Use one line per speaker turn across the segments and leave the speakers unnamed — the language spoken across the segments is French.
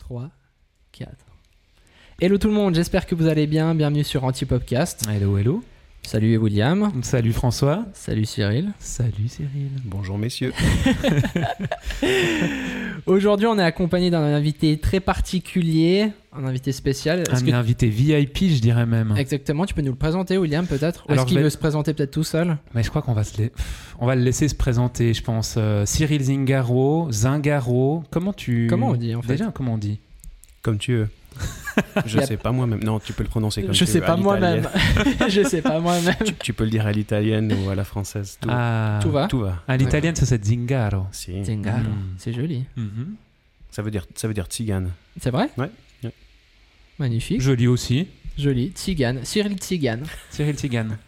3, 4. Hello tout le monde, j'espère que vous allez bien. Bienvenue sur Antipopcast.
Hello, hello.
Salut William.
Salut François.
Salut Cyril.
Salut Cyril.
Bonjour messieurs.
Aujourd'hui, on est accompagné d'un invité très particulier, un invité spécial. Est-ce
Un
que-
invité VIP, je dirais même.
Exactement, tu peux nous le présenter, William, peut-être Ou Est-ce
Alors, je
qu'il
vais-
veut se présenter peut-être tout seul
Mais je crois qu'on va, se la- Pff, on va le laisser se présenter, je pense. Euh, Cyril Zingaro, Zingaro, comment tu...
Comment on dit, en fait
Déjà, comment on dit
Comme tu veux. Je
Y a-
sais pas moi-même. Non, tu peux le prononcer comme
Je
tu
sais
veux, à
pas
l'italienne.
moi-même. Je sais pas moi-même.
Tu, tu peux le dire à l'italienne ou à la française. Tout,
Ah,
Tout va
tout va.
À l'italienne, ça c'est Zingaro.
Si.
Zingaro,
Mm.
c'est joli.
Mhm.
Ça veut dire, ça veut dire tzigane.
C'est vrai
Ouais, ouais.
Magnifique,
Joli aussi.
joli. Tzigane, Cyril Tzigane.
Cyril Tigane.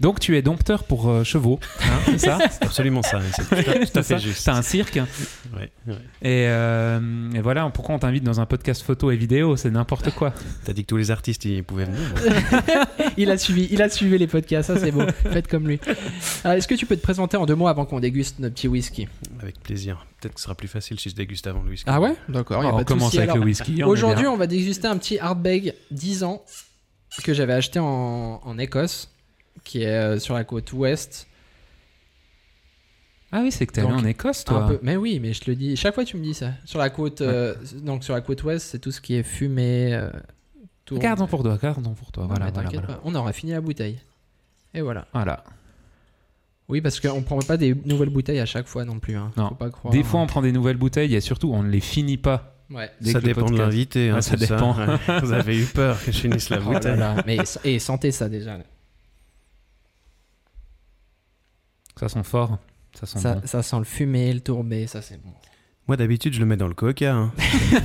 Donc tu es dompteur pour euh, chevaux, hein, c'est ça
C'est absolument ça. C'est tout à- tout
C'est
à fait
ça
juste.
T'as un cirque.
Ouais, ouais.
Et, euh, et voilà, pourquoi on t'invite dans un podcast photo et vidéo C'est
Bah,
n'importe quoi.
T'as dit que tous les artistes ils pouvaient venir. ouais.
Il a suivi, il a suivi les podcasts, ça c'est beau. Faites comme lui. Alors, Est-ce que tu peux te présenter en deux mots avant qu'on déguste notre petit whisky
Avec plaisir. Peut-être que ce sera plus facile si je déguste avant Louis.
Ah ouais D'accord, il
on
a pas de
Oh, commence
souci.
avec
Alors,
le whisky. on est
Aujourd'hui,
bien.
on va déguster un petit hardbag 10 ans que j'avais acheté en, en Écosse, qui est euh, sur la côte ouest.
Ah oui, c'est que t'es allé
Donc,
en Écosse,
Un
toi.
peu- Mais oui, mais je te le dis. Chaque fois, tu me dis ça. Sur la côte, euh, donc sur la côte ouest, c'est tout ce qui est fumé. euh, tourne-
Gardons pour toi, gardons pour toi.
Non,
Voilà,
mais
voilà,
t'inquiète
voilà.
pas, On aura fini la bouteille. Et voilà.
Voilà.
Oui, parce qu'on prend pas des nouvelles bouteilles à chaque fois non plus. hein.
Non.
Faut pas croire.
Des fois, on prend des nouvelles bouteilles et surtout, on ne les finit pas.
Ouais.
Dès
ça
que le
dépend de
podcast-
l'invité. hein,
Ah, ça
c'est
dépend.
Ouais. Vous avez eu peur que je finisse la
Oh là
bouteille.
là, Mais, et sentez ça déjà. là.
Ça sent fort. Ça sent
Ça,
bon.
ça sent le fumé, le tourbé, ça c'est bon.
Moi d'habitude je le mets dans le coca. hein.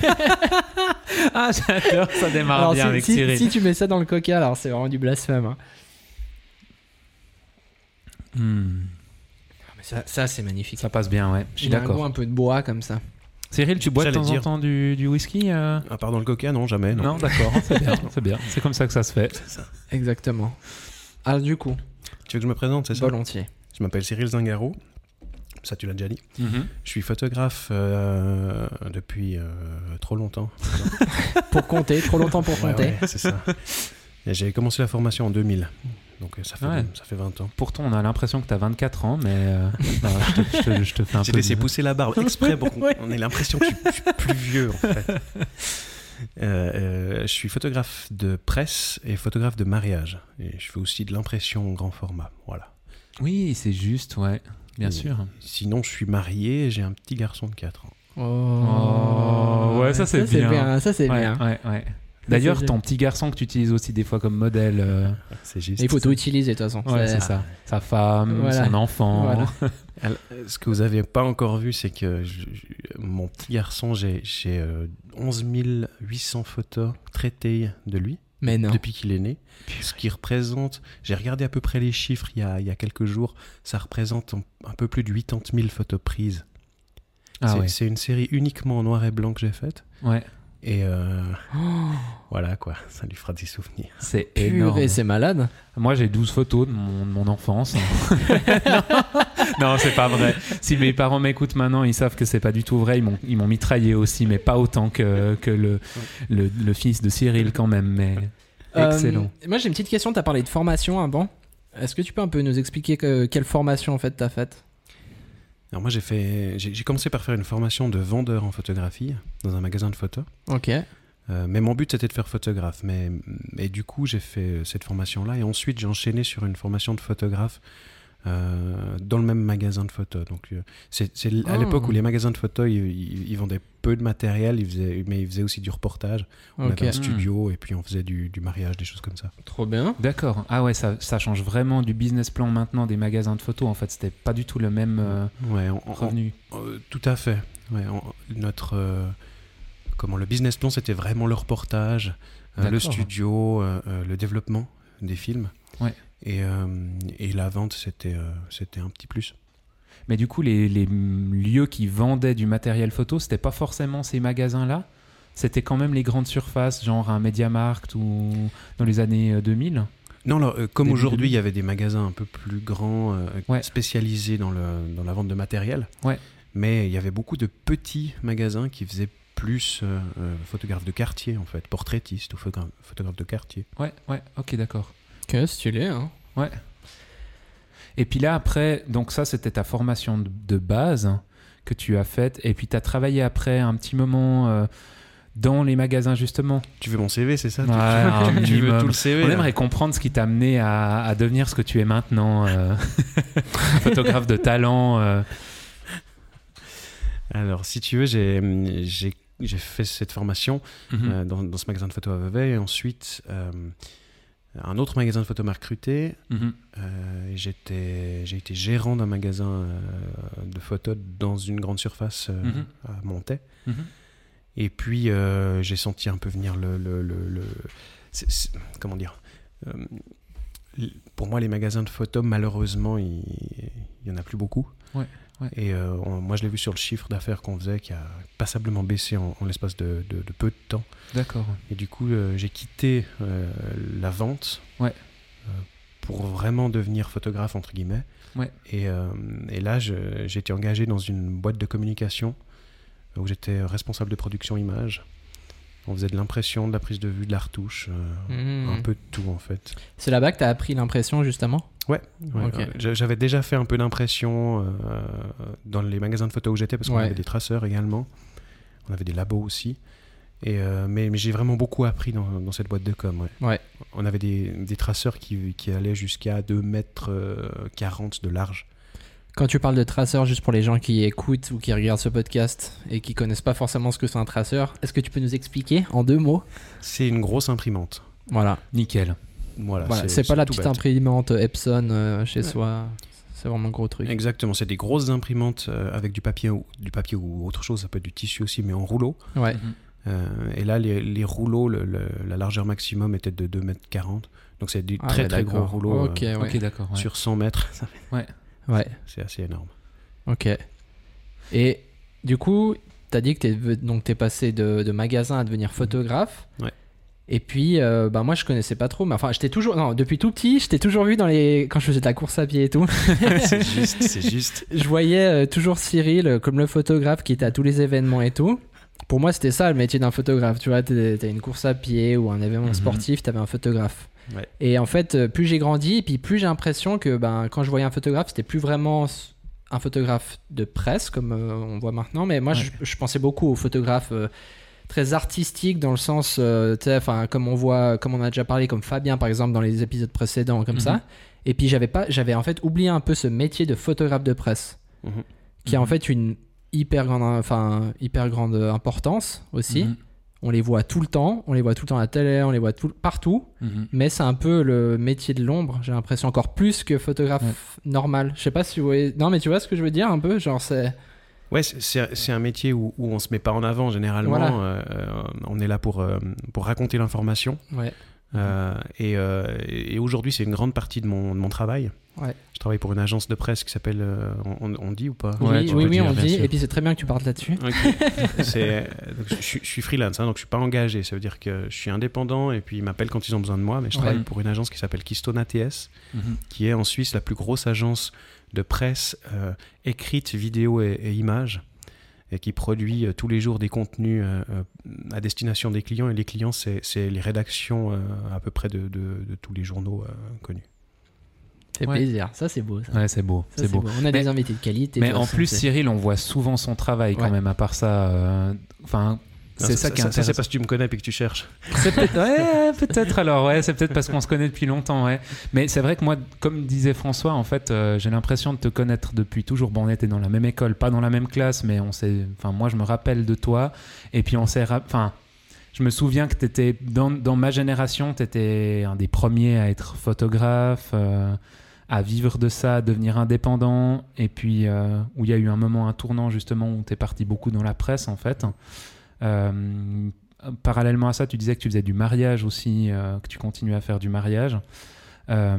Ah, j'adore, ça démarre
Alors,
Ah, bien
si,
avec
si-
Cyril.
si tu mets ça dans le coca, alors c'est vraiment du blasphème. hein.
Hmm,
Ah, ça, ça, c'est magnifique.
ça passe bien, ouais. Je suis
Il a un goût
d'accord.
un peu de bois comme ça.
Cyril, tu bois de
J'allais
temps en
dire.
temps du, du whisky euh
À part dans le coca, non jamais.
Non,
Non.
d'accord, c'est bien. C'est bien. C'est comme ça que ça se fait.
Exactement. Alors du coup,
Tu veux que je me présente, c'est ça
volontiers.
Je m'appelle Cyril Zingaro. Ça tu l'as déjà dit.
Mhm.
Je suis photographe euh, depuis euh, trop longtemps.
Pour compter, trop longtemps pour
Ouais,
compter.
ouais, c'est ça. Et j'ai commencé la formation en 2000. Donc euh, ça fait,
Ouais.
ça fait 20 ans.
Pourtant, on a l'impression que t'as 24 ans, mais euh, non, je, te, je te- je te fais un
J'ai
peu.
laissé
de-
pousser la barbe exprès pour qu'on
Ouais.
on ait l'impression que je suis, je suis plus vieux en fait. Euh, euh, je suis photographe de presse et photographe de mariage. Et je fais aussi de l'impression grand format. Voilà.
Oui, c'est juste, ouais. Bien
Oui.
sûr.
Sinon, je suis marié et j'ai un petit garçon de 4 ans.
Oh, ouais, ça, c'est bien.
Ça c'est
Ouais,
bien.
ouais, ouais. D'ailleurs,
c'est
ton petit garçon que tu utilises aussi des fois comme modèle. euh,
C'est juste.
Il faut tout utiliser de toute façon.
Ouais,
C'est-
c'est ça. Sa femme,
Voilà.
son enfant.
Voilà.
Alors, euh, Ce que vous n'avez pas encore vu, c'est que je- je- mon petit garçon, j'ai j'ai, euh, 11 800 photos traitées de lui
Mais non.
depuis qu'il est né. Ce qui représente, j'ai regardé à peu près les chiffres il y a, il y a quelques jours, ça représente un, un peu plus de 80 000 photos prises.
Ah
c'est
ouais.
c'est une série uniquement en noir et blanc que j'ai faite.
Ouais.
Et euh,
Oh,
voilà quoi, ça lui fera des souvenirs.
C'est énorme.
purée, c'est malade.
Moi, j'ai 12 photos de mon, de mon enfance. non, Non, c'est pas vrai. Si mes parents m'écoutent maintenant, ils savent que c'est pas du tout vrai. Ils m'ont, ils m'ont mitraillé aussi, mais pas autant que, que le, le, le fils de Cyril quand même. Mais excellent.
Euh, moi j'ai une petite question. T'as parlé de formation avant. Est-ce que tu peux un peu nous expliquer que- quelle formation en fait t'as faite
Alors moi j'ai fait, j'ai j'ai commencé par faire une formation de vendeur en photographie dans un magasin de photos.
Ok.
Euh, mais mon but c'était de faire photographe. Mais, mais du coup j'ai fait euh, cette formation-là et ensuite j'ai enchaîné sur une formation de photographe euh, dans le même magasin de photos. Donc euh, c'est c'est l- à
Ah.
l'époque où les magasins de photos ils, ils- ils vendaient peu de matériel, ils faisaient- mais ils faisaient aussi du reportage. On
Ok. Hmm.
avait
Bah,
un studio et puis on faisait du, du mariage, des choses comme ça.
Trop bien.
D'accord. Ah ouais, ça, ça change vraiment du business plan maintenant des magasins de photos. En fait, c'était pas du tout le même euh,
Ouais, on- on-
revenu.
Euh, tout à fait. Ouais, on- notre euh, comment le business plan, c'était vraiment le reportage, euh, le
D'accord.
studio, euh, euh, le développement des films.
Ouais.
Et, euh, et la vente, c'était euh, c'était un petit plus.
Mais du coup, les, les, mm, lieux qui vendaient du matériel photo, c'était pas forcément ces magasins-là. C'était quand même les grandes surfaces, genre un MediaMarkt ou dans les années euh, 2000.
Non, alors, euh, comme
Début
aujourd'hui,
2000.
il y avait des magasins un peu plus grands, euh,
Ouais.
spécialisés dans, le, dans la vente de matériel.
Ouais.
Mais il y avait beaucoup de petits magasins qui faisaient plus euh, euh, photographe de quartier, en fait, portraitiste ou photogra- photographe de quartier.
Ouais, ouais, ok, d'accord.
Que stylé, hein.
Et puis là, après, donc ça, c'était ta formation de, de base hein, que tu as faite. Et puis, tu as travaillé après un petit moment euh, dans les magasins, justement.
Tu veux mon CV, c'est ça Tu-
Ouais,
tu-
un
tu, tu veux
minimum.
tout le CV
On
là
aimerait comprendre ce qui t'a amené à, à devenir ce que tu es maintenant, euh, photographe de talent. euh.
Alors, si tu veux, j'ai, hum, j'ai, j'ai fait cette formation
Mhm.
euh, dans, dans ce magasin de photos à Vevey. Et ensuite, euh, un autre magasin de photos m'a recruté.
Mhm.
Euh, et j'étais, j'ai été gérant d'un magasin euh, de photos dans une grande surface euh,
Mhm.
à Montaix.
Mhm.
Et puis, euh, j'ai senti un peu venir le. le- le- le- c'est- c'est- comment dire Euh, l- Pour moi, les magasins de photos, malheureusement, il il y en a plus beaucoup.
Ouais, ouais.
Et euh, on- moi, je l'ai vu sur le chiffre d'affaires qu'on faisait qui a passablement baissé en, en l'espace de, de- de peu de temps.
D'accord.
Et du coup, euh, j'ai quitté euh, la vente
Ouais.
euh, pour vraiment devenir photographe, entre guillemets.
Ouais.
Et, euh, et là, je- j'ai été engagé dans une boîte de communication euh, où j'étais responsable de production image. On faisait de l'impression, de la prise de vue, de la retouche, euh, un
Mmh.
Hmm.
peu de tout en fait.
C'est là-bas que t'as appris l'impression, justement
Ouais,
Ok.
euh, j'a- J'avais déjà fait un peu d'impression euh, dans les magasins de photos où j'étais, parce qu'on
Ouais.
avait des traceurs également, on avait des labos aussi. Et, euh, mais mais j'ai vraiment beaucoup appris dans, dans cette boîte de com. ouais.
Ouais.
On avait des, des traceurs qui, qui allaient jusqu'à 2 mètres euh, 40 de large.
Quand tu parles de traceur, juste pour les gens qui écoutent ou qui regardent ce podcast et qui connaissent pas forcément ce que c'est un traceur, est-ce que tu peux nous expliquer en deux mots
C'est une grosse imprimante.
Voilà.
Nickel.
Voilà,
Voilà, C'est pas la
Bah, tout
petite
bête.
imprimante Epson euh, chez
Ouais.
soi. C'est vraiment un gros truc.
Exactement, c'est des grosses imprimantes euh, avec du papier, ou, du papier ou autre chose, ça peut être du tissu aussi, mais en rouleau.
Ouais.
Mhm.
Euh, et là, les, les rouleaux, le- le- la largeur maximum était de 2 mètres 40. Donc c'est des
Ah
très
ouais,
très gros
d'accord.
rouleaux
Ok,
euh,
Ah ouais.
Ok, d'accord. ouais.
sur 100 mètres. Ça fait-
Ouais.
C'est assez énorme.
Ok. Et du coup, t'as dit que t'es ve- donc t'es passé de, de magasin à devenir photographe.
Ouais.
Et puis, euh, bah moi je connaissais pas trop, mais enfin, j'étais toujours, non, depuis tout petit, j'étais toujours vu dans les, quand je faisais de la course à pied et tout,
c'est juste, c'est juste.
je voyais euh, toujours Cyril euh, comme le photographe qui était à tous les événements et tout. Pour moi, c'était ça le métier d'un photographe. Tu vois, t'es- t'as une course à pied ou un événement
Mhm.
sportif, t'avais un photographe.
Ouais.
Et en fait, euh, plus j'ai grandi, et puis plus j'ai l'impression que ben, quand je voyais un photographe, c'était plus vraiment s- un photographe de presse comme euh, on voit maintenant. Mais moi, je, je pensais beaucoup aux photographes euh, très artistiques dans le sens, euh, tu sais, enfin, comme on voit, comme on a déjà parlé, comme Fabien par exemple dans les épisodes précédents, comme ça. Et puis j'avais pas, j'avais en fait oublié un peu ce métier de photographe de presse,
Mhm.
qui a en
Mhm.
fait une hyper grande, enfin hyper grande euh, importance aussi.
Mhm.
On les voit tout le temps, on les voit tout le temps à la télé, on les voit tout, partout.
Mhm.
Mais c'est un peu le métier de l'ombre, j'ai l'impression encore plus que photographe normal. Je sais pas si vous voyez. Non, mais tu vois ce que je veux dire un peu, genre c'est.
Ouais, c'est- c'est c'est un métier où, où on se met pas en avant généralement. Euh, on est là pour, euh, pour raconter l'information.
Ouais.
Euh, et euh, et aujourd'hui, c'est une grande partie de mon, de mon travail.
Ouais.
Je travaille pour une agence de presse qui s'appelle. euh, on, on dit ou pas
Ouais,
oui,
tu
oui,
peux
oui,
dire,
on
bien
dit.
sûr.
Et puis c'est très bien que tu parles là-dessus.
Ok. C'est- euh, donc, je, suis- je suis freelance, hein, donc je suis pas engagé. Ça veut dire que je suis indépendant et puis ils m'appellent quand ils ont besoin de moi. Mais je
Ouais.
travaille pour une agence qui s'appelle Keystone ATS,
Mhm.
qui est en Suisse la plus grosse agence de presse euh, écrite, vidéo et, et images, et qui produit euh, tous les jours des contenus euh, euh, à destination des clients. Et les clients, c'est c'est les rédactions euh, à peu près de, de- de tous les journaux euh, connus.
C'est
Ouais.
plaisir, ça c'est beau. Ça.
Ouais, c'est beau.
Ça,
C'est beau.
On a
Mais-
des invités de qualité.
Mais
de toute
en
façon,
plus,
c'est-
Cyril, on voit souvent son travail quand
Ouais.
même, à part ça. euh, Enfin, c'est ça, qui est
Ça, c'est
intéressant.
parce que tu me connais et que tu cherches.
C'est peut-être ouais, peut-être alors, ouais, c'est peut-être parce qu'on se connaît depuis longtemps, ouais. Mais c'est vrai que moi, comme disait François, en fait, euh, j'ai l'impression de te connaître depuis toujours. Bon, on était dans la même école, pas dans la même classe, mais on s'est. Enfin, moi, je me rappelle de toi. Et puis, on s'est. ra- Enfin, je me souviens que t'étais dans, dans ma génération, t'étais un des premiers à être photographe. euh, à vivre de ça, à devenir indépendant, et puis euh, où il y a eu un moment, un tournant justement où t'es parti beaucoup dans la presse en fait. Euh, parallèlement à ça, tu disais que tu faisais du mariage aussi, euh, que tu continues à faire du mariage. Euh,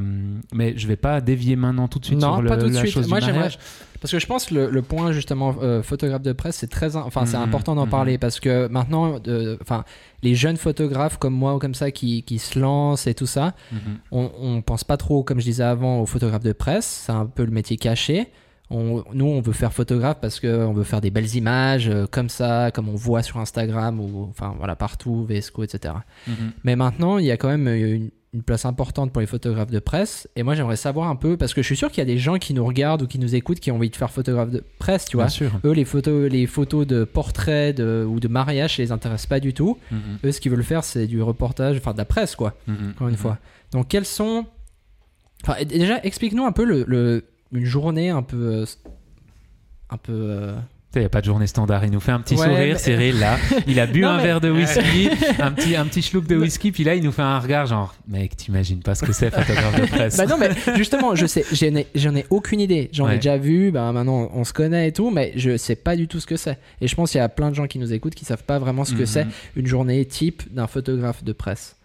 mais je vais pas dévier maintenant tout de suite
non,
sur le-
pas tout de
la
suite.
chose
Moi,
du
j'aimerais-
mariage.
Parce que je pense le, le point justement euh, photographe de presse, c'est très, in- enfin c'est
Mhm,
important d'en
mhm.
parler parce que maintenant, euh, enfin les jeunes photographes comme moi ou comme ça qui, qui se lancent et tout ça,
Mhm.
on, on pense pas trop, comme je disais avant, aux photographes de presse. C'est un peu le métier caché. On- nous, on veut faire photographe parce qu'on veut faire des belles images euh, comme ça, comme on voit sur Instagram ou enfin voilà partout, VSCO, etc.
Mhm.
Mais maintenant, il y a quand même euh, une, une place importante pour les photographes de presse. Et moi, j'aimerais savoir un peu, parce que je suis sûr qu'il y a des gens qui nous regardent ou qui nous écoutent qui ont envie de faire photographe de presse, tu vois.
Bien sûr.
Eux, les photos, les photos de portraits de- ou de mariage, ça les intéresse pas du tout.
Mhm.
Eux, ce qu'ils veulent faire, c'est du reportage, enfin de la presse, quoi,
Mhm.
encore une fois. Donc, quels sont. Enfin, et- déjà, explique-nous un peu le, le- une journée un peu. euh, Un peu. euh,
Il n'y a pas de journée standard. Il nous fait un petit
Ouais,
sourire,
mais-
Cyril, là. Il a bu
Non,
un
mais-
verre de whisky, un petit, un petit schluck de whisky, puis là, il nous fait un regard genre Mec, t'imagines pas ce que c'est, photographe de presse.
Bah non, mais justement, je sais, j'en ai, j'en ai aucune idée. J'en
Ouais.
ai déjà vu, bah maintenant on se connaît et tout, mais je sais pas du tout ce que c'est. Et je pense qu'il y a plein de gens qui nous écoutent qui savent pas vraiment ce que
Mhm.
c'est une journée type d'un photographe de presse.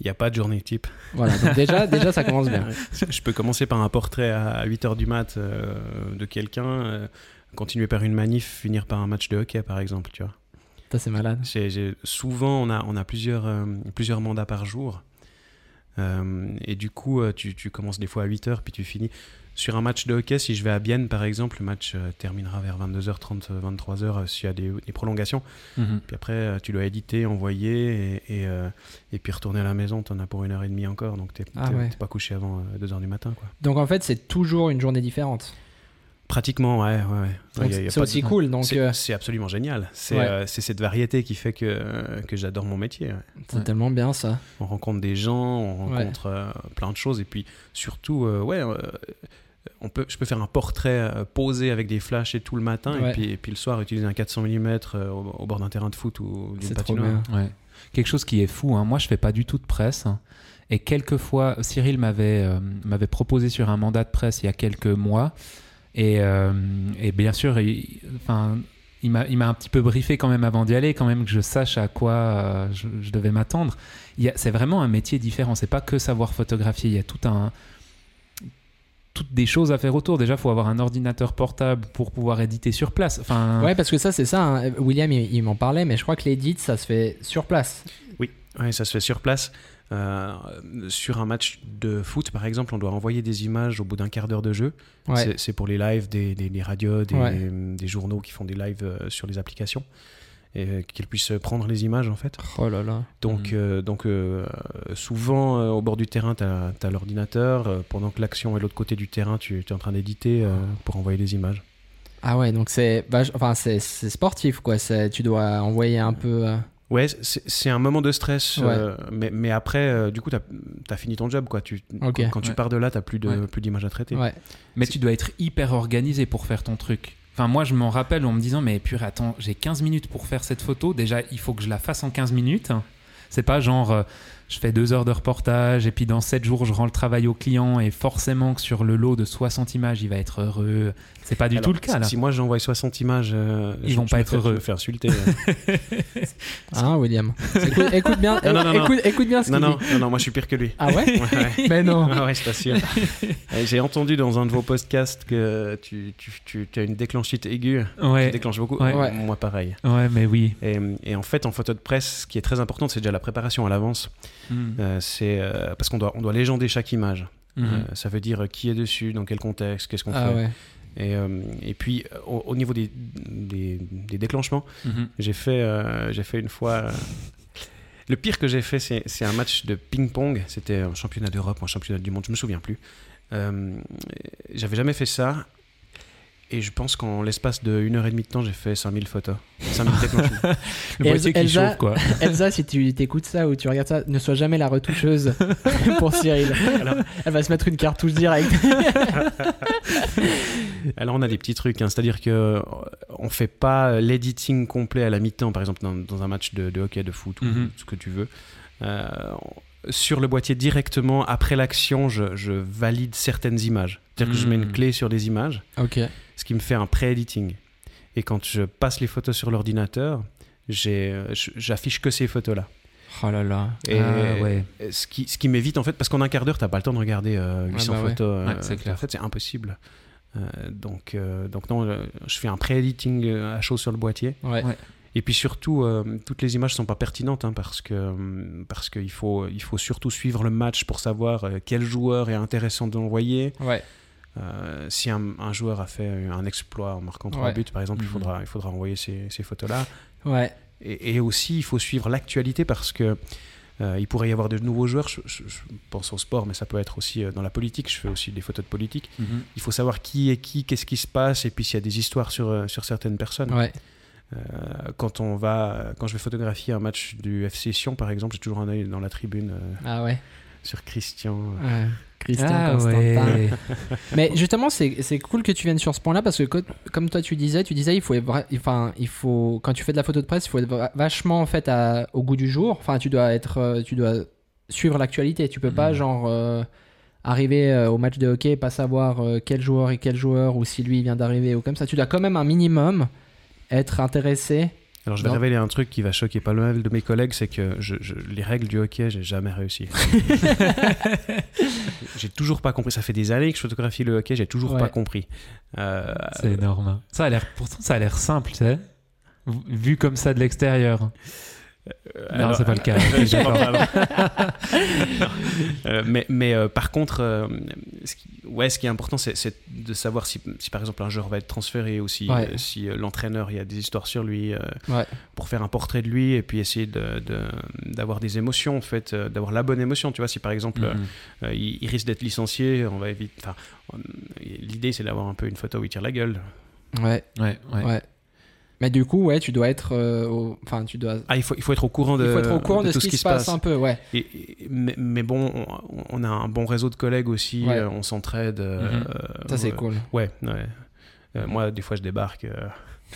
Il n'y a pas de journée type.
Voilà, donc déjà, déjà ça commence bien.
Je peux commencer par un portrait à 8h du mat euh, de quelqu'un, euh, continuer par une manif, finir par un match de hockey, par exemple, tu vois.
Ça, c'est malade.
J'ai- j'ai- souvent, on a, on a plusieurs, euh, plusieurs mandats par jour. Euh, et du coup, euh, tu, tu commences des fois à 8h, puis tu finis. Sur un match de hockey, si je vais à Bienne, par exemple, le match euh, terminera vers 22h30, 23h, euh, s'il y a des, des prolongations.
Mhm.
Puis après, euh, tu dois éditer, envoyer, et, et, euh, et puis retourner à la maison, t'en as pour une heure et demie encore, donc t'es
Ah
t'es-
ouais.
t'es pas couché avant 2h du matin. Quoi.
Donc en fait, c'est toujours une journée différente.
Pratiquement, ouais, ouais, ouais.
Donc,
Ouais, y a- y a
c'est
pas de-
aussi cool. Donc
C'est
euh,
c'est absolument génial. C'est
Ouais.
euh, c'est cette variété qui fait que, euh, que j'adore mon métier. ouais.
c'est
ouais.
tellement bien ça.
On rencontre des gens, on
Ouais.
rencontre euh, plein de choses. Et puis surtout, euh, ouais, euh, on peut, je peux faire un portrait euh, posé avec des flashs et tout le matin.
Ouais.
Et, puis, et puis le soir, utiliser un 400 mm euh, au, au bord d'un terrain de foot ou d'une
C'est trop
patinoire.
bien.
Ouais. Quelque chose qui est fou, hein. moi je fais pas du tout de presse. hein. Et quelquefois, Cyril m'avait euh, m'avait proposé sur un mandat de presse il y a quelques mois. Et, euh, et bien sûr, il, enfin, il m'a il m'a un petit peu briefé quand même avant d'y aller, quand même que je sache à quoi euh, je, je devais m'attendre. Il y a- C'est vraiment un métier différent, c'est pas que savoir photographier, il y a tout un toutes des choses à faire autour. Déjà, faut avoir un ordinateur portable pour pouvoir éditer sur place. Enfin,
Ouais, parce que ça, c'est ça. hein. William, il, il m'en parlait, mais je crois que l'édit, ça se fait sur place.
Ouais, ça se fait sur place. Euh, sur un match de foot, par exemple, on doit envoyer des images au bout d'un quart d'heure de jeu.
Ouais.
C'est- C'est pour les lives des, des- des radios, des,
Ouais.
des journaux qui font des lives euh, sur les applications. Et euh, qu'ils puissent prendre les images en fait.
Oh là là.
Donc,
Mhm.
euh, donc euh, souvent euh, au bord du terrain, tu as, l'ordinateur. euh, pendant que l'action est de l'autre côté du terrain, tu, tu es en train d'éditer euh, pour envoyer des images.
Ah ouais, donc c'est, bah, je- enfin c'est, c'est sportif quoi. C'est, tu dois envoyer un peu. euh,
Ouais, c'est c'est un moment de stress,
Ouais.
euh, mais, mais après, euh, du coup, tu as, fini ton job. Quoi. Tu,
Ok.
Quand, quand tu
Ouais.
pars de là, tu n'as plus de-
Ouais.
plus d'images à traiter.
Ouais.
Mais tu dois être hyper organisé pour faire ton truc. Enfin, moi, je m'en rappelle en me disant, mais purée, attends, j'ai 15 minutes pour faire cette photo. Déjà, il faut que je la fasse en 15 minutes. C'est pas genre, euh, je fais deux heures de reportage et puis dans 7 jours, je rends le travail au client et forcément que sur le lot de 60 images, il va être heureux. C'est pas du
Alors,
tout le cas, là.
Si moi j'envoie 60 images, euh,
Ils
je-
vont
je
pas
me
être
fais- Je
heureux.
me fais insulter. euh.
Hein, William. Écoute, écoute bien.
Non, non, non, non.
écoute, écoute bien ce
non,
qu'il
non,
dit.
non, non, moi je suis pire que lui.
Ah ouais.
Ouais, ouais.
Mais non.
Ah ouais, c'est pas sûr. Euh, J'ai entendu dans un de vos podcasts que tu, tu- tu- tu as une déclenchite aiguë. Tu
Ouais,
déclenches beaucoup.
Ouais.
Ouais.
Moi pareil.
ouais, mais oui.
Et, et en fait, en photo de presse, ce qui est très important, c'est déjà la préparation à l'avance.
Mhm.
Euh, c'est euh, parce qu'on doit, on doit légender chaque image.
Mhm.
Euh, ça veut dire qui est dessus, dans quel contexte, qu'est-ce qu'on
Ah
fait.
ouais.
Et, euh, et puis, euh, au, au niveau des, des- des déclenchements,
Mhm.
j'ai fait, euh, j'ai fait une fois. euh, le pire que j'ai fait, c'est c'est un match de ping-pong. C'était un championnat d'Europe ou un championnat du monde, je me souviens plus. Euh, J'avais jamais fait ça. Et je pense qu'en l'espace de une heure et demie de temps, j'ai fait 5000 photos. 5000 déclenchements.
Le
Et
boîtier qui
Elsa-
chauffe, quoi.
Elsa, si tu t'écoutes ça ou tu regardes ça, ne sois jamais la retoucheuse pour Cyril. Elle va se mettre une cartouche directe.
Alors on a des petits trucs, hein. c'est-à-dire que euh, on fait pas euh, l'editing complet à la mi-temps, par exemple dans, dans un match de, de hockey, de foot ou
Mhm.
ce que tu veux. Euh, on- sur le boîtier directement après l'action, je, je valide certaines images, c'est-à-dire que je mets
Mhm.
une clé sur les images,
Ok.
ce qui me fait un pré-editing. Et quand je passe les photos sur l'ordinateur, j'ai- euh, j- j'affiche que ces photos-là.
Oh là là.
Et
Ah, ouais.
Euh, ce qui, ce qui m'évite en fait, parce qu'en un quart d'heure, t'as pas le temps de regarder euh, 800
bah ouais.
photos. euh,
Ah Ouais, c'est clair.
En fait, c'est impossible. Euh, donc, euh, donc non, euh, je fais un pré-editing euh, à chaud sur le boîtier.
Ouais.
Ouais.
Et puis surtout, euh, toutes les images sont pas pertinentes hein, parce que euh, parce qu'il faut il faut surtout suivre le match pour savoir euh, quel joueur est intéressant de l'envoyer.
Ouais.
Euh, si un, un joueur a fait un exploit en marquant trois
Ouais.
buts, par exemple, il,
Mhm.
faudra, il faudra envoyer ces, ces photos-là.
Ouais.
Et, et aussi, il faut suivre l'actualité parce que euh, il pourrait y avoir de nouveaux joueurs. Je, je- je pense au sport, mais ça peut être aussi euh, dans la politique. Je fais aussi des photos de politique.
Mhm.
Il faut savoir qui est qui, qu'est-ce qui se passe, et puis s'il y a des histoires sur, euh, sur certaines personnes.
Ouais.
Euh, quand on va, quand je vais photographier un match du FC Sion, par exemple, j'ai toujours un œil dans la tribune euh,
Ah ouais.
sur Christian. euh,
Ouais.
Christian
Ah
Constantin.
ouais. Mais justement, c'est c'est cool que tu viennes sur ce point-là parce que co- comme toi tu disais, tu disais il faut, être vra- enfin il faut quand tu fais de la photo de presse, il faut être va- vachement en fait à- au goût du jour. Enfin, tu dois être, euh, tu dois suivre l'actualité. Tu peux pas
Mhm.
genre euh, arriver euh, au match de hockey et pas savoir euh, quel joueur est quel joueur ou si lui vient d'arriver ou comme ça. Tu dois quand même un minimum être intéressé.
Alors je vais
Non.
révéler un truc qui va choquer pas mal de mes collègues, c'est que je, je- les règles du hockey, j'ai jamais réussi. j'ai toujours pas compris. Ça fait des années que je photographie le hockey, j'ai toujours
Ouais.
pas compris. Euh,
C'est énorme. hein. Ça a l'air, pourtant, ça a l'air simple, tu sais. V- Vu comme ça de l'extérieur.
euh,
Non,
alors-
c'est pas le cas.
Je suis
D'accord.
d'accord. Euh, mais mais euh, par contre, euh, ce, qui, ouais, ce qui est important, c'est c'est de savoir si, si, par exemple un joueur va être transféré ou si,
Ouais.
euh, si euh, l'entraîneur, il y a des histoires sur lui, euh,
Ouais.
pour faire un portrait de lui et puis essayer de- de- d'avoir des émotions, en fait, euh, d'avoir la bonne émotion. Tu vois, si par exemple
Mhm.
euh, il, il risque d'être licencié, on va éviter. enfin, on- L'idée, c'est d'avoir un peu une photo où il tire la gueule.
Ouais.
Ouais, ouais.
Ouais. Mais du coup, ouais, tu dois être, euh, au- enfin tu dois.
Ah, il faut, il faut être au courant de,
il faut être au courant de,
tout
ce qui se passe un peu, ouais.
Et- et- mais, mais bon, on, on a un bon réseau de collègues aussi,
Ouais.
euh, on s'entraide. euh,
Mhm.
Ça c'est
euh,
cool.
Ouais, ouais. Euh, moi, des fois, je débarque. euh,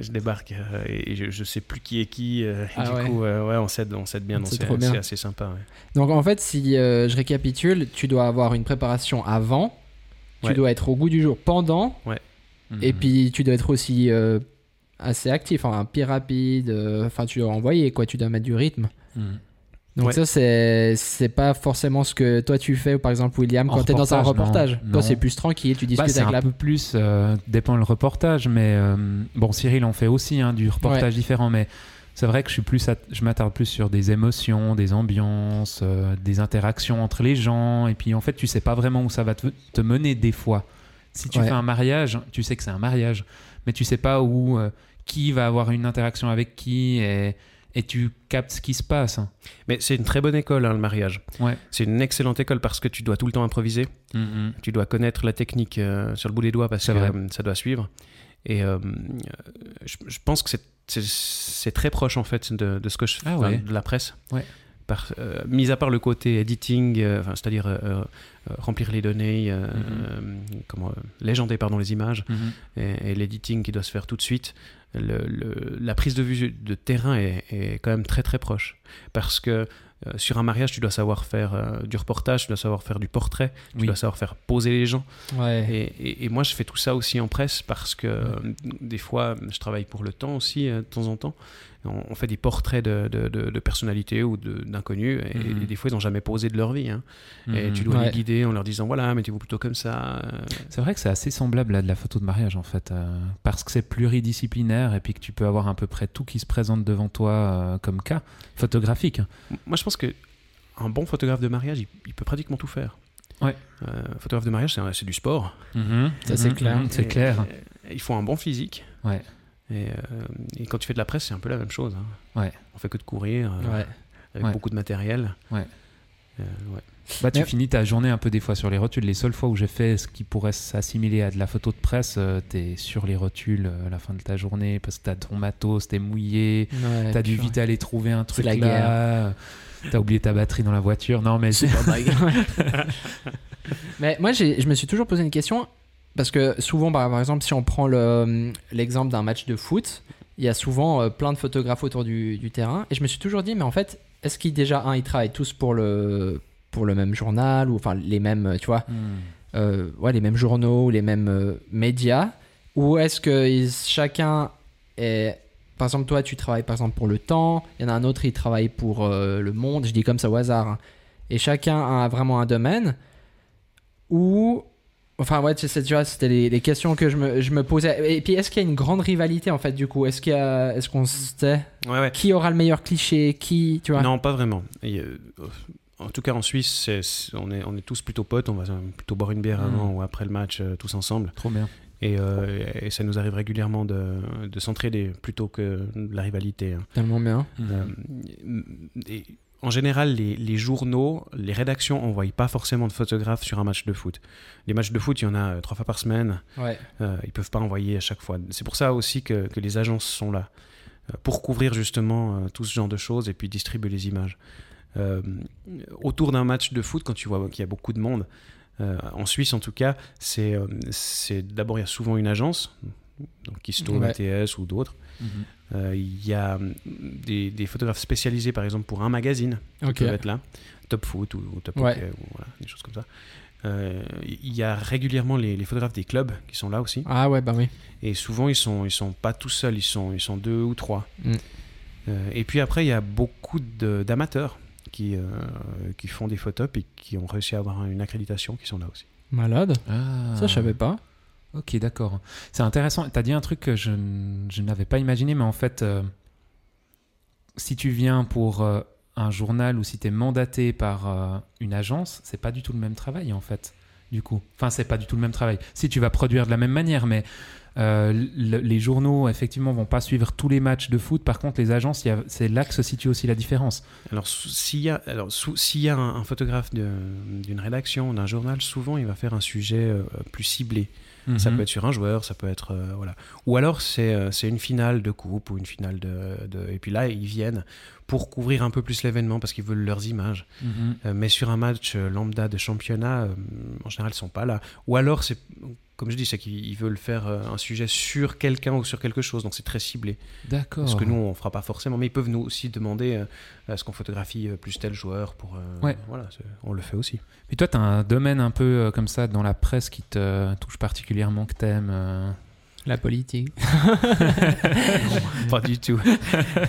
Je débarque euh, et je, je sais plus qui est qui. euh, et
Ah
du
ouais.
coup, euh, ouais, on s'aide, on s'aide bien. donc
C'est
C'est
trop bien.
c'est assez sympa. ouais.
Donc en fait, si euh, je récapitule, tu dois avoir une préparation avant, tu
Ouais.
dois être au goût du jour pendant,
Mhm.
et puis tu dois être aussi euh, assez actif, hein, pied rapide, euh, enfin tu dois envoyer quoi, tu dois mettre du rythme.
Mhm.
Donc
Ouais.
ça c'est c'est pas forcément ce que toi tu fais ou par exemple William
En
quand t'es dans un
reportage,
reportage.
non,
Toi
non.
c'est plus tranquille, tu discutes
Bah, c'est
avec
un
la
peu plus, euh, dépend le reportage, mais euh, bon, Cyril en fait aussi hein, du reportage différent, mais c'est vrai que je suis plus, at- je m'attarde plus sur des émotions, des ambiances, euh, des interactions entre les gens, et puis en fait, tu sais pas vraiment où ça va te, te mener des fois. Si tu
Ouais.
fais un mariage, tu sais que c'est un mariage, mais tu sais pas où, euh, qui va avoir une interaction avec qui, et, et tu captes ce qui se passe. Hein.
Mais c'est une très bonne école, hein, le mariage.
Ouais.
C'est une excellente école parce que tu dois tout le temps improviser.
Mhm.
Tu dois connaître la technique euh, sur le bout des doigts parce que
C'est vrai.
euh, ça doit suivre. Et euh, je, je pense que c'est- c'est- c'est très proche en fait de, de ce que je fais,
Ah
enfin,
ouais.
de la presse.
Ouais.
Par- euh, mis à part le côté editing, euh, enfin, c'est-à-dire euh, euh, remplir les données,
Mm-hmm.
euh, euh, comment, euh, légender pardon, les images
Mhm.
et, et l'editing qui doit se faire tout de suite, le- le- la prise de vue de terrain est, est quand même très très proche. Parce que euh, sur un mariage, tu dois savoir faire euh, du reportage, tu dois savoir faire du portrait, tu
Oui.
dois savoir faire poser les gens.
Ouais.
Et, et- et moi, je fais tout ça aussi en presse parce que euh, des fois, je travaille pour le temps aussi, euh, de temps en temps. On, on fait des portraits de, de- de- de personnalités ou de- d'inconnus, et,
Mhm.
et des fois, ils n'ont jamais posé de leur vie. hein. Et
Mhm.
tu dois
Ouais.
les guider en leur disant voilà, mettez-vous plutôt comme ça. euh,
C'est vrai que c'est assez semblable à de la photo de mariage en fait, euh, parce que c'est pluridisciplinaire et puis que tu peux avoir à peu près tout qui se présente devant toi euh, comme cas photographique.
Moi, je pense que un bon photographe de mariage, il, il peut pratiquement tout faire.
Ouais.
Euh, photographe de mariage, c'est un- c'est du sport.
Ça, c'est clair.
Mm-hmm, C'est
Et-
clair.
et il faut un bon physique.
Ouais.
Et, euh, et quand tu fais de la presse, c'est un peu la même chose. hein.
Ouais.
On fait que de courir euh,
Ouais.
avec
Ouais.
beaucoup de matériel.
Ouais.
Euh, ouais.
Bah, tu
Mais-
finis ta journée un peu des fois sur les rotules. Les seules fois où j'ai fait ce qui pourrait s'assimiler à de la photo de presse, euh, t'es sur les rotules euh, à la fin de ta journée parce que t'as ton matos, t'es mouillé,
Ouais,
t'as dû
purée.
vite aller trouver un
C'est
truc
la
là, t'as oublié ta batterie dans la voiture. Non mais c'est
Mais moi, j'ai- je me suis toujours posé une question parce que souvent, bah, par par exemple, si on prend le- hum, l'exemple d'un match de foot, il y a souvent euh, plein de photographes autour du, du terrain. Et je me suis toujours dit, mais en fait, est-ce qu'ils déjà, un, ils travaillent tous pour le, pour le même journal ou enfin les mêmes, tu vois,
Hmm.
euh, ouais, les mêmes journaux ou les mêmes euh, médias Ou est-ce que ils- chacun est. Par exemple, toi, tu travailles par exemple pour Le Temps il y en a un autre, il travaille pour euh, Le Monde, je dis comme ça au hasard. hein. Et chacun a vraiment un domaine où. Enfin, ouais, tu sais, tu vois, c'était les, les questions que je me, je me posais. Et puis, est-ce qu'il y a une grande rivalité en fait, du coup Est-ce qu'il y a- est-ce qu'on sait
Ouais, ouais.
qui aura le meilleur cliché Qui. Tu vois
Non, pas vraiment. Et, euh, En tout cas, en Suisse, c'est- c'est- on, est, on est tous plutôt potes. On va euh, plutôt boire une bière
Mhm.
avant ou après le match, euh, tous ensemble.
Trop bien.
Et, euh, et ça nous arrive régulièrement de, de s'entraider plutôt que de la rivalité. hein.
Tellement bien.
Euh, et en général, les, les journaux, les rédactions n'envoient pas forcément de photographes sur un match de foot. Les matchs de foot, il y en a euh, trois fois par semaine.
Ouais.
Euh, ils peuvent pas envoyer à chaque fois. C'est pour ça aussi que, que les agences sont là, euh, pour couvrir justement euh, tout ce genre de choses et puis distribuer les images. Euh, autour d'un match de foot, quand tu vois qu'il y a beaucoup de monde, euh, en Suisse en tout cas, c'est euh, c'est- d'abord il y a souvent une agence, donc Kisto,
Ouais.
ATS ou d'autres.
Mhm.
Euh, Il y a euh, des, des photographes spécialisés par exemple pour un magazine qui
Ok.
peuvent être là, Top Foot ou, ou Top
Ouais.
Hockey, ou voilà, des choses comme ça. Euh, Il y a régulièrement les, les photographes des clubs qui sont là aussi.
Ah ouais, bah oui.
Et souvent, ils sont, ils sont pas tout seuls, ils sont, ils sont deux ou trois.
Mm.
Euh, et puis après, il y a beaucoup de- d'amateurs qui, euh, qui font des photos et qui ont réussi à avoir une accréditation, qui sont là aussi.
Malade.
Ah.
Ça, je savais pas.
Ok, d'accord. C'est intéressant. Tu as dit un truc que je, n- je n'avais pas imaginé, mais en fait, euh, si tu viens pour euh, un journal ou si tu es mandaté par euh, une agence, c'est pas du tout le même travail, en fait, du coup. Enfin, c'est pas du tout le même travail. Si tu vas produire de la même manière, mais euh, le- les journaux, effectivement, vont pas suivre tous les matchs de foot. Par contre, les agences, il y a- c'est là que se situe aussi la différence.
Alors, sou- s'il y a, alors, sou- s'il y a un, un photographe de- d'une rédaction, d'un journal, souvent, il va faire un sujet euh, plus ciblé. Ça
Mhm.
peut être sur un joueur, ça peut être. euh, voilà. Ou alors, c'est euh, c'est une finale de coupe ou une finale de, de. Et puis là, ils viennent pour couvrir un peu plus l'événement parce qu'ils veulent leurs images.
Mhm.
Euh, mais sur un match euh, lambda de championnat, euh, en général, ils sont pas là. Ou alors, c'est comme je dis, c'est qu'ils ils veulent faire euh, un sujet sur quelqu'un ou sur quelque chose, donc c'est très ciblé.
D'accord.
Ce que nous, on fera pas forcément, mais ils peuvent nous aussi demander euh, à ce qu'on photographie euh, plus tel joueur pour. euh,
Ouais.
Voilà, c'est- on le fait aussi.
Puis toi, tu as un domaine un peu euh, comme ça dans la presse qui te touche particulièrement, que t'aimes. euh,
La politique.
pas du tout.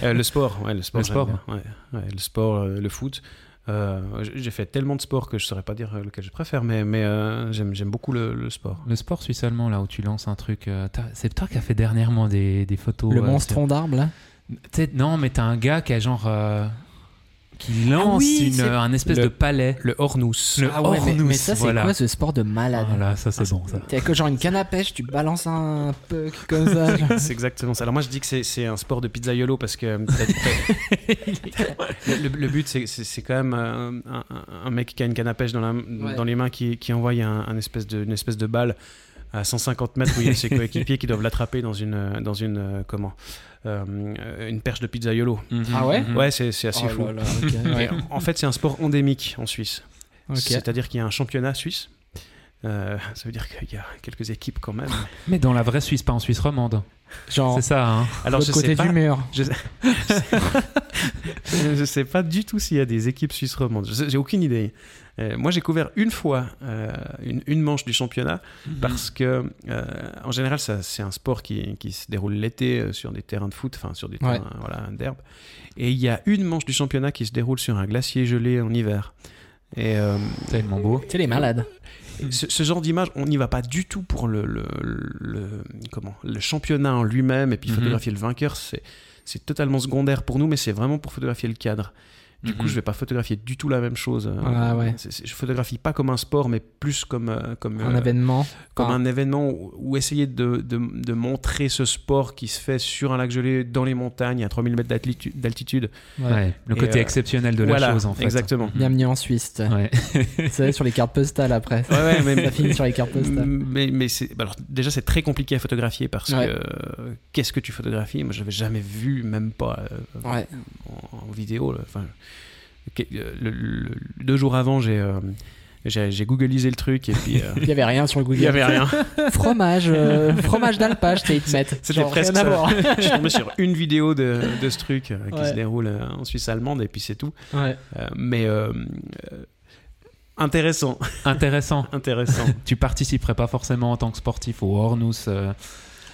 Euh, le sport, ouais, le sport.
Le
j'aime
sport.
bien. Ouais, ouais, le sport, euh, le foot. Euh, j- j'ai fait tellement de sports que je saurais pas dire euh, lequel je préfère, mais, mais euh, j'aime j'aime beaucoup le, le sport.
Le sport suisse allemand, là où tu lances un truc. euh, t'as- c'est toi qui as fait dernièrement des, des photos.
Le
euh,
monstron d'arbre, là.
sur- T'sais, Non, mais t'as un gars qui a genre. euh, qui lance
oui,
une,
c'est-
un espèce
Le-
de palais.
Le Hornus.
Le
ah ouais, mais,
Hornus,
mais ça, c'est
voilà.
quoi ce sport de
Oh
malade
Voilà, ça c'est
Ah,
bon. Ça.
T'es que genre une canne à pêche, tu balances un puck comme ça. genre.
C'est exactement ça. Alors moi je dis que c'est- c'est un sport de pizzaïolo parce que euh, t'as- t'as- le, le- le but c'est- c'est c'est quand même euh, un, un- un mec qui a une canne à pêche dans, la- dans les mains qui, qui envoie un, un espèce de, une espèce de balle à 150 mètres où il y a ses coéquipiers qui doivent l'attraper dans une, euh, dans une euh, comment Euh, une perche de pizzaïolo.
Mhm,
Ah ouais
Ouais c'est c'est assez
Oh
fou.
là là, ok,
Et
ouais.
en- en fait c'est un sport endémique en Suisse.
Ok.
C'est-à-dire qu'il y a un championnat suisse. Euh, ça veut dire qu'il y a quelques équipes quand même.
Mais dans la vraie Suisse, pas en Suisse romande.
Genre,
C'est ça, hein.
alors
je
côté
sais pas-
du mur.
je sais pas du tout s'il y a des équipes suisses romandes. Je sais- J'ai aucune idée. Euh, moi, j'ai couvert une fois euh, une, une manche du championnat parce que, euh, en général, ça- c'est un sport qui, qui se déroule l'été euh, sur des terrains de foot, enfin sur des
Ouais.
terrains voilà, d'herbe. Et il y a une manche du championnat qui se déroule sur un glacier gelé en hiver. Et euh,
Tellement beau.
Tu sais, les malades.
Hmm.
ce, ce genre d'image, on n'y va pas du tout pour le, le, le- comment, le championnat en lui-même et puis
Mhm.
photographier le vainqueur, c'est c'est totalement secondaire pour nous, mais c'est vraiment pour photographier le cadre. Du coup,
Mhm.
je vais pas photographier du tout la même chose. Euh,
Ah ouais.
c'est- c'est- je photographie pas comme un sport, mais plus comme, euh, comme,
Un
euh,
événement.
comme
Ah.
un événement où, où essayer de, de, de montrer ce sport qui se fait sur un lac gelé, dans les montagnes, à 3000 mètres d'altitu- d'altitude.
Ouais.
Ouais, Le
Et,
côté
euh,
exceptionnel de la
voilà,
chose, en fait.
exactement.
Bienvenue en Suisse. tu sais.
Ouais.
Tu sais, sur les cartes postales après.
Ouais, ouais, mais-
Ça finit sur les cartes postales.
Mais, mais c'est, bah alors déjà c'est très compliqué à photographier parce
Ouais.
que euh, qu'est-ce que tu photographies Moi j'avais jamais vu, même pas euh,
Ouais.
en, en vidéo. là. Enfin, que- euh, le- le- le- deux jours avant j'ai, euh, j'ai, j'ai googlisé le truc et puis euh,
Il y avait rien sur le
il y
Google.
avait rien.
Fromage, euh, fromage d'alpage, tu sais, ils te mettent.
C'était
Genre,
presque
rien à
ça.
voir.
Je suis tombé sur une vidéo de, de ce truc euh, qui
Ouais.
se déroule euh, en Suisse allemande et puis c'est tout.
Ouais.
Euh, mais euh, euh, intéressant,
Intéressant.
intéressant.
Tu participerais pas forcément en tant que sportif au Hornus. euh,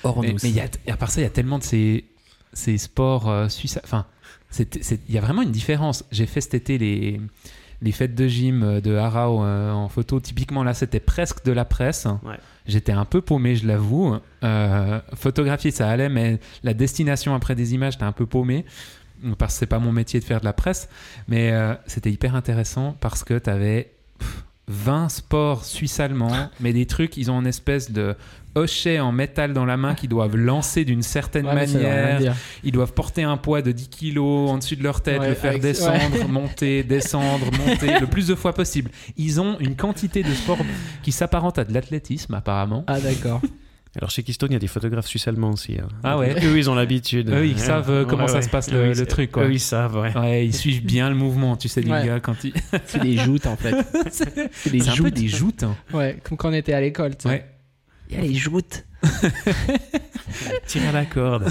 Hornus.
Mais, mais il y a- et à part ça, il y a tellement de ces, ces sports euh, suisses. Enfin, c'est- c'est- il y a vraiment une différence. J'ai fait cet été les, les fêtes de gym euh, de Harao euh, en photo. Typiquement, là, c'était presque de la presse.
Ouais.
J'étais un peu paumé, je l'avoue. Euh, photographier, ça allait, mais la destination après des images, t'es un peu paumé. parce que c'est pas mon métier de faire de la presse, mais euh, c'était hyper intéressant parce que tu avais 20 sports suisse-allemands, mais des trucs, ils ont une espèce de hochet en métal dans la main qu'ils doivent lancer d'une certaine
Ouais, mais ça veut rien
manière.
dire.
Ils doivent porter un poids de 10 kilos en dessus de leur tête,
Ouais,
le faire
avec-
descendre, monter, descendre, monter le plus de fois possible. Ils ont une quantité de sports qui s'apparente à de l'athlétisme apparemment.
Ah d'accord.
Alors chez Keystone, il y a des photographes suisses allemands aussi. hein.
Ah ouais.
Eux, ils ont l'habitude.
Eux, ils savent, euh, comment ça se passe, le-
ils-
le truc, quoi.
Eux, ils savent, ouais.
Ouais, ils suivent bien le mouvement, tu sais, les
Ouais.
gars, quand ils.
C'est des joutes en fait.
c'est
C'est des
c'est un peu
joutes.
des joutes. hein.
Ouais, comme quand on était à l'école. tu sais.
Ouais.
Il y a les joutes.
Tire à la corde.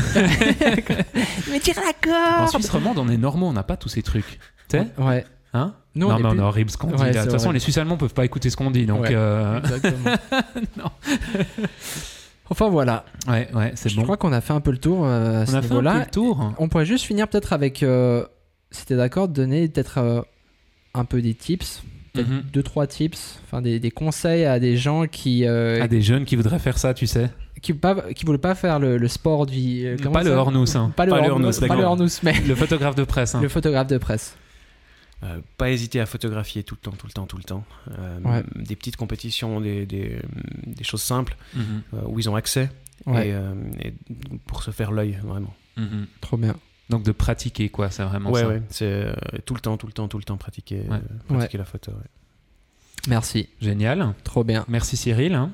Mais tire la corde
En Suisse romande, on est normand, on n'a pas tous ces trucs. Tu sais
Ouais,
Hein
Nous, on
Non,
est
mais on
plus-
est horrible ce qu'on dit.
Ouais,
là.
c'est
De toute façon,
horrible.
les Suisses allemands peuvent pas écouter ce qu'on dit, donc.
Ouais.
euh,
exactement.
Non.
Enfin voilà,
Ouais, ouais, c'est
je
bon.
crois qu'on a fait un peu le tour euh, à
On
ce
a fait un
niveau-là.
petit tour.
On pourrait juste finir peut-être avec, euh, si t'es d'accord, de donner peut-être euh, un peu des tips, peut-être
Mhm.
deux trois tips, enfin des, des conseils à des gens qui euh,
À Ah, des jeunes qui voudraient faire ça, tu sais.
qui pas qui voulaient pas faire le, le sport du euh, comment
Pas
ça
le Hornous, hein.
pas le
Pas le
Hornous,
Hornous,
pas
d'accord.
le Hornous, mais
Le photographe de presse. hein.
le photographe de presse.
Euh, pas hésiter à photographier tout le temps, tout le temps, tout le temps. Euh,
Ouais.
Des petites compétitions, des, des, des choses simples
Mhm,
euh, où ils ont accès
Ouais,
et, euh, et pour se faire l'œil vraiment.
mhm.
trop bien.
Donc de pratiquer, quoi, c'est vraiment
ouais,
ça.
ouais, c'est euh, tout le temps, tout le temps, tout le temps pratiquer,
Ouais.
euh, pratiquer la photo. ouais.
Merci,
Génial.
trop bien.
Merci Cyril. hein.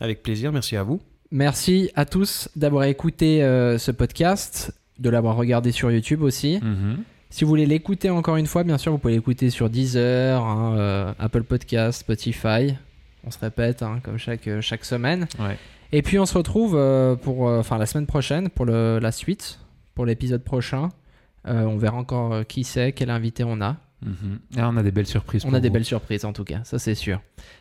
Avec plaisir, merci à vous.
Merci à tous d'avoir écouté euh, ce podcast, de l'avoir regardé sur YouTube aussi.
Mhm.
Si vous voulez l'écouter encore une fois, bien sûr, vous pouvez l'écouter sur Deezer, hein, euh, Apple Podcast, Spotify. On se répète hein, comme chaque, euh, chaque semaine.
Ouais.
Et puis on se retrouve euh, pour, euh, enfin, la semaine prochaine pour le- la suite, pour l'épisode prochain. Euh, on verra encore euh, qui c'est, quel invité on a.
Mhm. Ah, on a des belles surprises.
On
pour
a des
vous.
belles surprises en tout cas, ça c'est sûr.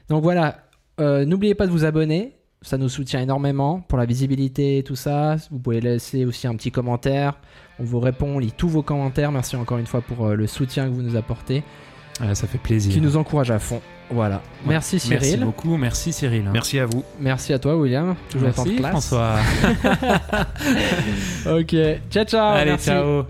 Donc voilà, euh, n'oubliez pas de vous abonner, ça nous soutient énormément pour la visibilité et tout ça. Vous pouvez laisser aussi un petit commentaire, on vous répond, on lit tous vos commentaires. Merci encore une fois pour euh, le soutien que vous nous apportez,
Ah, ça fait plaisir.
qui nous encourage à fond. Voilà. Merci Cyril,
Merci
merci,
beaucoup. Merci Cyril. hein.
Merci à vous.
à toi William, toujours en temps de
Merci
classe.
François.
Ok, ciao ciao.
Allez,
Ah, merci.
ciao.